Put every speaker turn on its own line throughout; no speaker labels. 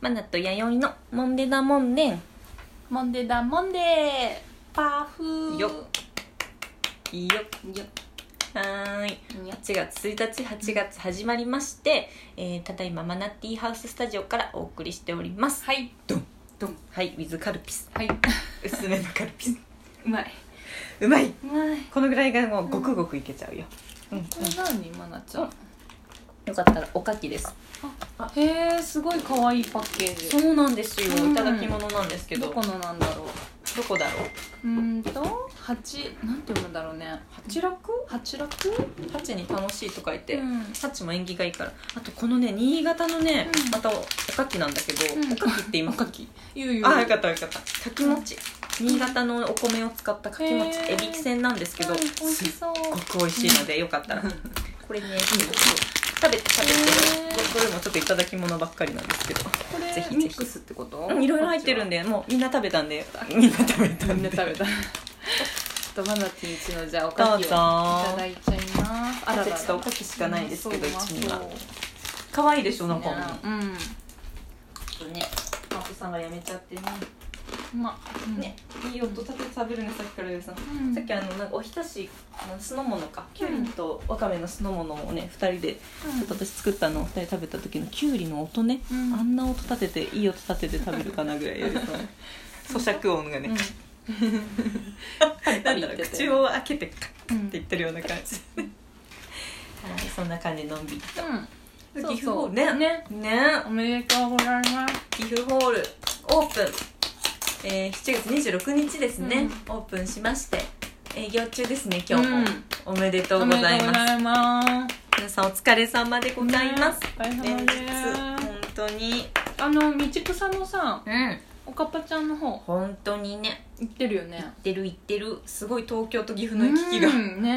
マナと弥生のモンデダモンデン
モンデだモンデーパフー
よいいよはーい
よ
8月1日8月始まりまして、えーただいまマナティーハウススタジオからお送りしております
はい
ドン
ドン
はいウィズカルピス
はい
薄めのカルピス
うまいう
まい
これ
このぐらいがもうごくごくいけちゃうよ、うんうん
何マナちゃん
よかったらおかきです
へえすごい可愛いパッケージ
そうなんですよ
うん
いただき物なんですけど
どこのなんだろう
どこだろう
うーんと八なんて読むんだろうね
八楽
八楽っ
ハチに楽しいと書いて、
て
サッチも縁起がいいからあとこのね新潟のね、
うん
またおかきなんだけど、
うん
おかきって今かき
ゆうゆう
あよかったよかったかきもち新潟のお米を使ったかきもち
へー
えびきせんなんですけど
うん美味
すっ
しそう
ごく美味しいのでよかったら、
うん
これね食べて食べて
へー
これもちょっといただき物ばっかりなんですけど
これ
ぜひぜひ
ミックスってこと
いろいろ入ってるん
で
でもうみんな食べたんでみんな食べたん で
みんな食べたちょっとマナティーちのじゃあおかき
どう
をい
ぞ
ただいちゃいます
あらららちょっとおかきしかないですけど
うまそう
うちには
うまそう
可愛いでしょ
うん
中身
ね
マコさんがやめちゃってね
まあ
ねいい音立てて食べるねさっきからゆうさんさっきあのなんかおひたしあの酢の物かきゅうりとわかめの酢の物をね2人でちょっと私作ったのを2人食べた時のきゅうりの音ね、
うん
あんな音立てていい音立てて食べるかなぐらいや ると咀嚼音がね、なんだろう口を開けてカ
う
ッ
ん
ていってるような感じで、はい、そんな感じのんびり
うんそ
と
う
岐阜ホ
そ
ー
う
ルね
ね
ね
おめでとうございます
岐阜ホールオープン、えー、7月26日ですね、オープンしまして営業中ですね今日も、おめでとうござ
おめで
います
とうございます
皆さんお疲れ様でございます、
お疲れ様
連
で
日
す
本当に
あの道草のさ
うん
おかっぱちゃんの方
本当にね
行ってるよね
行ってる行ってるすごい東京と岐阜の行き来が、
う
ね
んね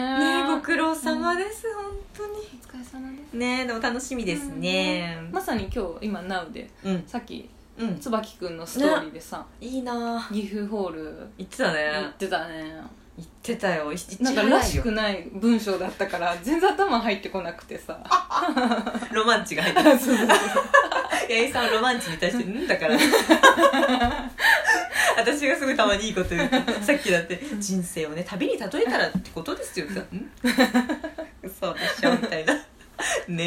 えご苦労様です、本当
お疲れ様です
にねえでも楽しみですね
うんまさに今日今 NOW で
うん
さっき
うん
椿くんのストーリーでさ
いいなあ
岐阜ホール
言ってたね
行ってたね
言ってたよいち
なんから
早いよ
らしくない文章だったから全然頭入ってこなくてさ
ロマンチが入っ てた八重さんはロマンチに対して「ん?」だから私がすごいたまにいいこと言 うとさっきだって「人生をね旅に例えたらってことですよ」って言ったん そうでしょ」み たいな。ねえ
ね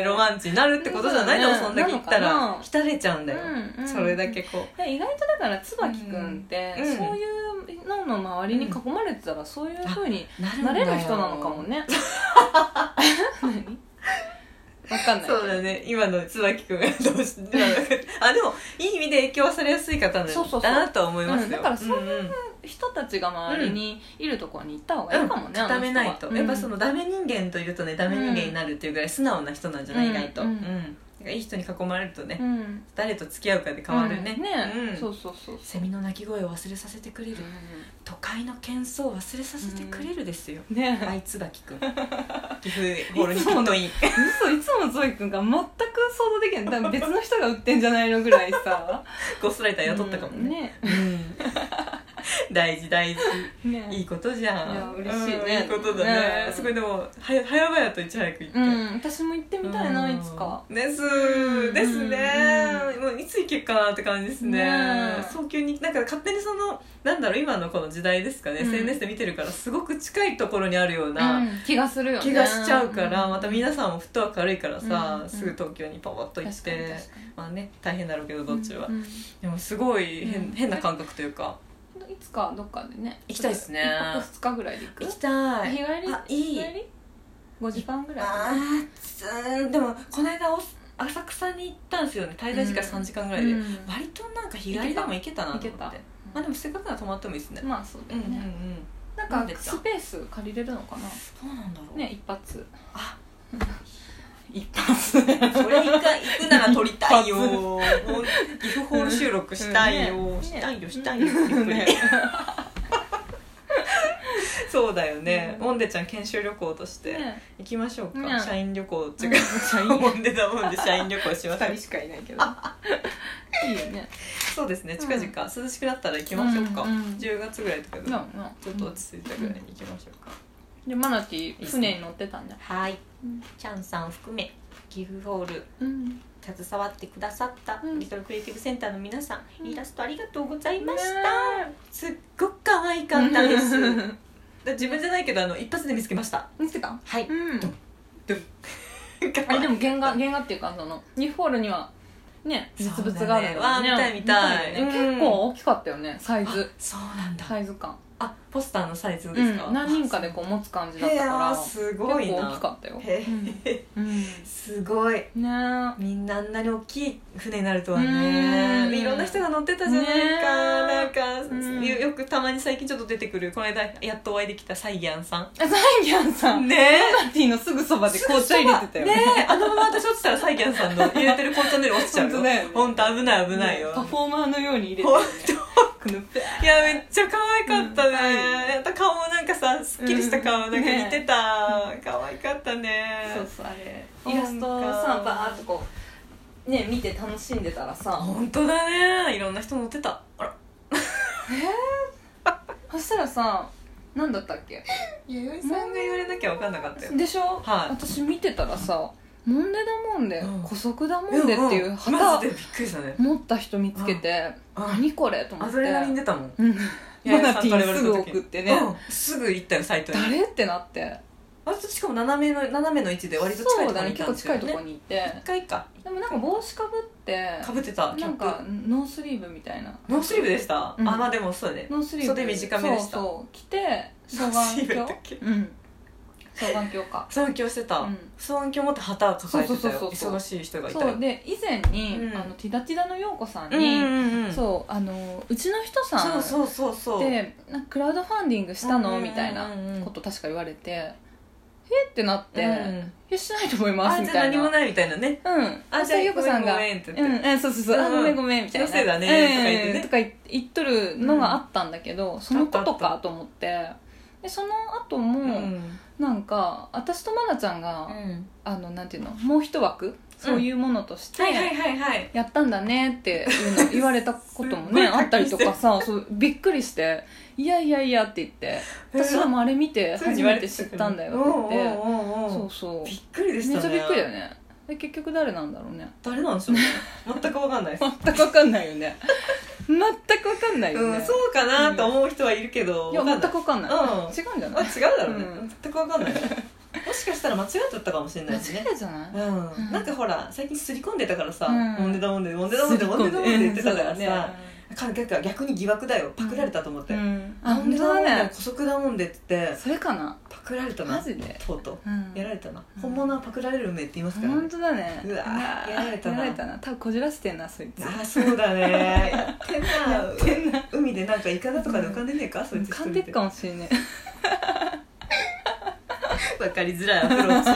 え
ロマンチになるってことじゃないと思うそんだけ言った
なのからな
浸れちゃうんだよ、
うんうん
それだけこ
で意外とだから椿くんって、
うん
そういうのの周りに囲まれてたら、そういうふうに
う
な
な
れる人なのかもね何わかんない
そうだね今の椿君がどうしてあでもいい意味で影響されやすい方なん
そうそうそう
だなとは思いますよ、
うんだからそういうん
うん
人たちが周りにいるところに行った方がいいかもね、
固めないと、やっぱそ
の
のダメ人間といるとねダメ人間になるっていうぐらい素直な人なんじゃない、
うん
意外と、
うん
だからいい人に囲まれるとね、
人は、うん、
誰と付き合うかで変わるね、
うんね、
うん
そうそうそうそ
セミの鳴き声を忘れさせてくれる都会の喧騒を忘れさせてくれるですよ、
うね
あいつばき くん岐阜ホールにきっといい
嘘いつもゾイ君が全く想像で きない多分別の人が売ってんじゃないのぐらいさ
ゴーストライター雇ったかもね,、
ね
うん大事大事
ね
いいことじゃん
いや嬉しいね
うんいいことだね
ね
すごいでもはや早々といち早く行って、
うん私も行ってみたいな、
うん
いつか
です、
うん
ですね、もういつ行けっかなって感じですね
ねえ
早急になんか勝手にそのなんだろう今のこの時代ですかね、
うん
SNS で見てるからすごく近いところにあるよう
う
なん
気がするよね
気がしちゃうから、
ん
また皆さんもフットワーク軽いからさ、
うん
すぐ東京にパワッと行っ
確か
て、
に確かに
まあね大変だろうけどどっちは、
うんうん
でもすごい変,、
うん
変な感覚というか
いつかどっかでね
行きたいっすね
1泊2日ぐらいで行く
行きたい
日帰り
あいい
日帰り5時間ぐらい
あーつーでもこの間お浅草に行ったんですよね滞在時間3時間ぐらいで、
うん
割となんか日帰りでも行けたなと思って
行けた行け
まあでもせっかくなら泊まってもいいですね
まあそうだ
うんう
よ
んう
ね、
ん
なんかスペース借りれるのかな
どうなんだろう
ね一発
あ
一発
それ一回行くなら撮りたいよ
一発
もう岐阜ホール収録したいよ、
うんね
したいよ
ね
したいよ、ゆっくり
ね
そうだよね、
うん
モンデちゃん研修旅行として
ね
行きましょうか、
ね
社員旅行違う、
社員
モンデだもんで社員旅行しましょ
2
う
人しかいないけど いいよね
そうですね
ん
近々、涼しくなったら行きましょうか、
うんうん
10月ぐらいとかで
なあなあ
ちょっと落ち着いたぐらいに行きましょうか、
でマナティー船に乗ってたんだ
はい
うん
チャンさん含めギフホール
うん、
携わってくださった、
うん
リトルクリエイティブセンターの皆さん、
うん
イラストありがとうございました、
ね
すっごく可愛かったです
う
だから自分じゃないけどあの一発で見つけました
見つけた
はい、
うん
どドゥン
あれでも原画原画っていうかそのニフォールにはね実物があるから
そうだねわあ見たい見たい
見たよね
うん
結構大きかったよねサイ
あ
ズ
そうなんだ、
サイズ感
あポスターのサイズですか、
うん何人かでこう持つ感じだっ
へ
た
え
か
あー
ら
すごい
結構
な
大きかったよ
へえ
うん
すごい
ねー
みんなあんなに大きい船になるとは
う
ね
ん
いろんな人が乗ってたじゃないか、
う
なん
ん
かよよくたまに最近ちょっと出てくるこの間やっとお会いできたサイギャンさん
サイギャンさん
ね
パーティーのすぐそばで紅茶入れてたよね
えあのまま私落ちたらサイギャンさんの入れてる紅茶の色落ちちゃうよ
本当だよね
本当危ない危ないよ、
パフォーマーのように入れて
本
くのペ
当いやめっちゃ可愛かったね、
うんはい
やっぱ顔もなんかさすっきりした顔なんか似てた、可愛かったね
そうそうあれ
イ
イ
ラ
ラ
ス
ス
ト
ト
さ
さ
バ
バー
ーッ
ッ
と
とこうね見て楽しんでたらさ
本当だねいろんな人乗ってたあら
そしたらさ何だったっけ
弥生さんが言われなきゃ分かんなかったよ
でしょ、
はい
私見てたらさ「もんでだもんで、
うん
姑息だもんで」ってい
ん
うん旗
マジでびっくりしたね
持った人見つけて「
うん
何これ?」と思
ア
っ
ドレナリン
て
出たもん
うんマナティ
弥生さんから
ーに
言われ
す
た
ぐ
時
送ってね
うんすぐ行ったよサイ
「
トに
誰?」ってなって
割としかも斜めの斜めの位置で割と近
そう
いとこ
だ
ろ
ね
にい
結
たん
構近
ですよね
いとこにいて
一回か
でもなんか帽子かぶって
かぶってたキ
な
ャッ
ん
プ
かノースリーブみたいな
ノースリーブでした、
うん
あまあでもそうだね
ノースリーブ
袖短めでした
そうそう着て双
ノースリー
眼
ブだっ
鏡
たっけ
うん双眼鏡か
双眼鏡してた、
うん
双眼鏡持って旗を抱えてたよ
そうそうそうそう
忙しい人がいた
そう
よ
で以前に、
うん
あのティダティダの陽子さん
う
に、
んうんそう
そうあのうちの人さん
そうそうそうそう
でなんかクラウドファンディングしたの、
うんうんうんうん
みたいなこと確か言われてえってなって、
うん
えしてないと思います
あ
み
じゃあ
たい
何も
な
ないみたいなね
うん、
あじゃあ
そうゆうこさんが
ごめんごめんって
う
言って
んえそうそうそう、あ
うん
ごめんごめんみたいな
気のせいだね
うんとか言って言っとるのがあったんだけど、そのこと
あったあ
か
っ
と思ってでその後も、なんか私と愛菜ちゃんが、
うん
あのなんていうのもう一枠そういうものとして、
はいはいはいはい
やったんだねっていうの言われたこともね
すっごい
あったりとかさそうびっくりして「いやいやいや」って言 って私でもあれ見て初めて知ったんだよって言ってそう
っ
そう
びっくりでし
め
た
っちゃ
ね
びっくりだよねで結局誰なんだろうね
誰なんでしょうね全くわかんないです
全く分かんないよね 全く分かんないよ
う
ね
ん、そうかなと思う人はいるけど、
いや
わか
全
んない
く分かんない
うん
違うんじゃ
あ
ない
違うだろうね、
うん
全くわかんないもしかしたら間違っちゃったかもしれな
間
いしね
違いじゃない
うん、なんかほら最近すり込んでたからさ、
うん
もんでだもんでもんでだもんでもんでだもんで言ってたからさ、か逆逆に疑惑だよパクられたと思って、、
うんんあ
な
本
んで
当
だもんで
だね
姑息だもんでって言って
それかな
パクられたな
マジで
とうとう、
うん
やられたな本物はパクられる梅って言いますからね、
本当だね
うわーやられたな
やられたな多分こじらせてんなそいつ
ああそうだねやってんな海でなんかイカだとかで浮かんでねえか、そいつ一
噛
人
ん
で
でっかもしれない
わかりづらいアプロー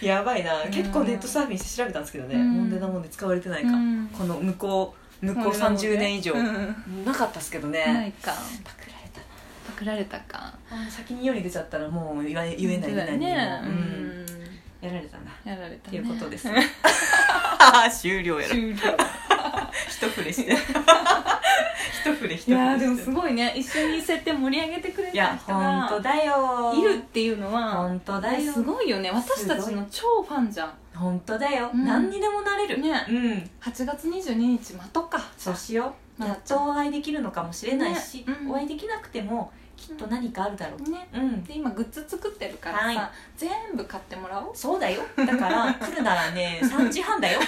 チ やばいな結構ネットサーフィンして調べたんですけどね、
うん
もんでなもんで使われてないか、
うん
この向こう向こう30年以上、
うん
なかったっすけどね、
ないか
パクられた
パクられたか
なあ先に世に出ちゃったらもう言わ言えないみたいにも、
ね
う、
うんん
やられたな
やられた
とい
ね
うことですああ 終了やろ
終了
一振りして一振り一振りして
いや ーでもすごいね一緒に設定盛り上げてくれ
いや
た人
本当
が
だよ
いるっていうのは
本当だよ
すごいよね私たちの超ファンじゃん
本当だよ、
うん
何にでもなれる
ね
うん
8月22日待とっか
そうしよう
まあ
やっとお会いできるのかもしれないし、
ねうん
お会いできなくてもきっと何かあるだろう
ね
うん、
で今グッズ作ってるからさ、
はい
全部買ってもらおう
そうだよだから来るなら ね3時半だよ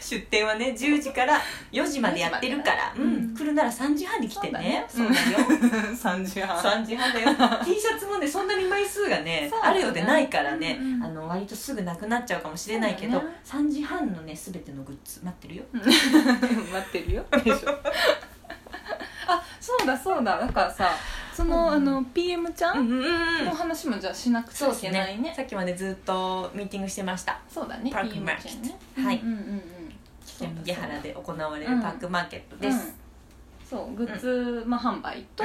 出店はね10時から4時までやってるから、
4時までね
うん、来るなら3時半に来てね
そうだね
そうだよ
3時
3時 半だよ T シャツもねそんなに枚数がね
そうだ
あ
ね
るようでないからね、
うんうん
あの割とすぐなくなっちゃうかもしれないけど、
そうだね
3時半のね全てのグッズ待ってるよ
待ってるよあそうだそうだだからさその,、
うん
あの PM ちゃん
んうんうん
の話もじゃあしなくち
そう
ゃい
です
け
ね
ないね
さっきまでずっとミーティングしてました
そうだね
パーク
PM
マーケ
ち
ッ
ゃん
ト
ね
はい
うんうんうんそうだ
麦原で行われる
うん
パークマーケッ
そ
ト
うだ
です、
うんそうグッズ、まあ、販売と、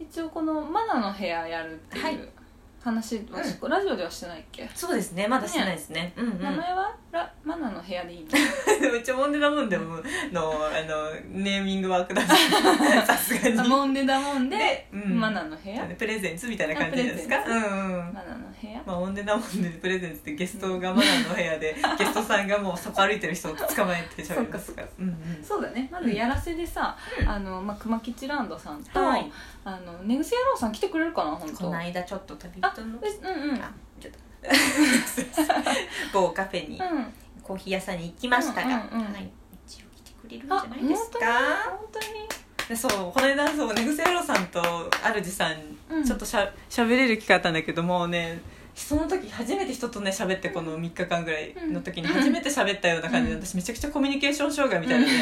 一応このマナの部屋やるっていう、
はい
話はし、ラジオではしてないっけ
そうですねまだしてないですねうんうん
名前はラマナの部屋でいいの
めっちゃモンデダモンデものあのネーミングワーク だしさすがに
あもんでだもんで
でうん
マナの部屋
プレゼンツみたいな感じですか
あプ
うんうん
マナの部屋
まあ、オンデナモンデプレゼンツってゲストがマナの部屋で、ゲストさんがもうそこ歩いてる人を捕まえてしゃべりますからうんうん
そうだねまずやらせでさ、あのまあ、熊吉ランドさんと、
はい
あの寝癖野郎さん来てくれるかな本当
この間ちょっと旅
あ
人の
えうんうん
あちょっと 某カフェに
うん
コーヒー屋さんに行きましたが、
うんうんうん
はい、一応来てくれるんじゃないですか
本当に
でそうこの間そうネグセロさんと主さん、
うん
ちょっとしゃ喋れる機会あったんだけどもうねその時初めて人とね喋ってこの3日間ぐらいの時に
うん
初めて喋ったような感じで、
うん
私めちゃくちゃコミュニケーション障害みたいなね、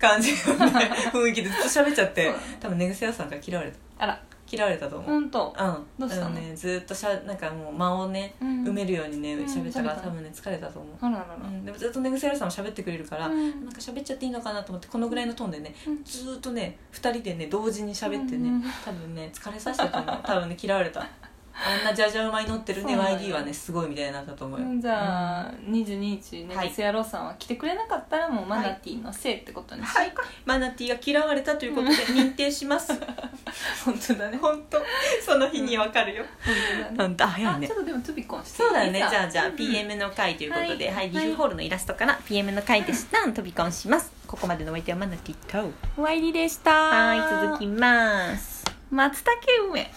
感じの、ね、雰囲気でずっと喋っちゃって
そうだ
多分ネグセロさんから嫌われた
あら
嫌われたと思う、
本当
うん、
どうしたの
あね、ずっとしゃなんかもう間をね、
うん
埋めるようにね
うん
喋ったから、
喋った
多分ね疲れたと思う、
あららら
う、ん、でもずっとネグセロさんも喋ってくれるから、
うん
なんか喋っちゃっていいのかなと思ってこのぐらいのトーンでね
うん
ずーっとね2人でね同時に喋ってね、
うんうん
多分ね疲れさせたと 思う多分ね嫌われたあんなじゃじゃ馬に乗ってるね
そうなんだ
YD はねすごいみたいになったと思うよ、
うんじゃあ、22日
は
寝
い
癖野郎さんは来てくれなかったらもうマナティーのせいってことにし、
はいマナティーが嫌われたということで認定します
本当だね
本当その日にわかるよ、
本当だ ね
なんだ早
あ
いね
ちょっとでもトゥビコンして
そうだねじ
いいか
ゃあじゃあ
うん
PM の回ということで、
はい
はい、ビジューホールのイラストから PM の回でした、飛び込んしますここまでのお相手はマナティーと
終わりでした
はい続きます
松茸梅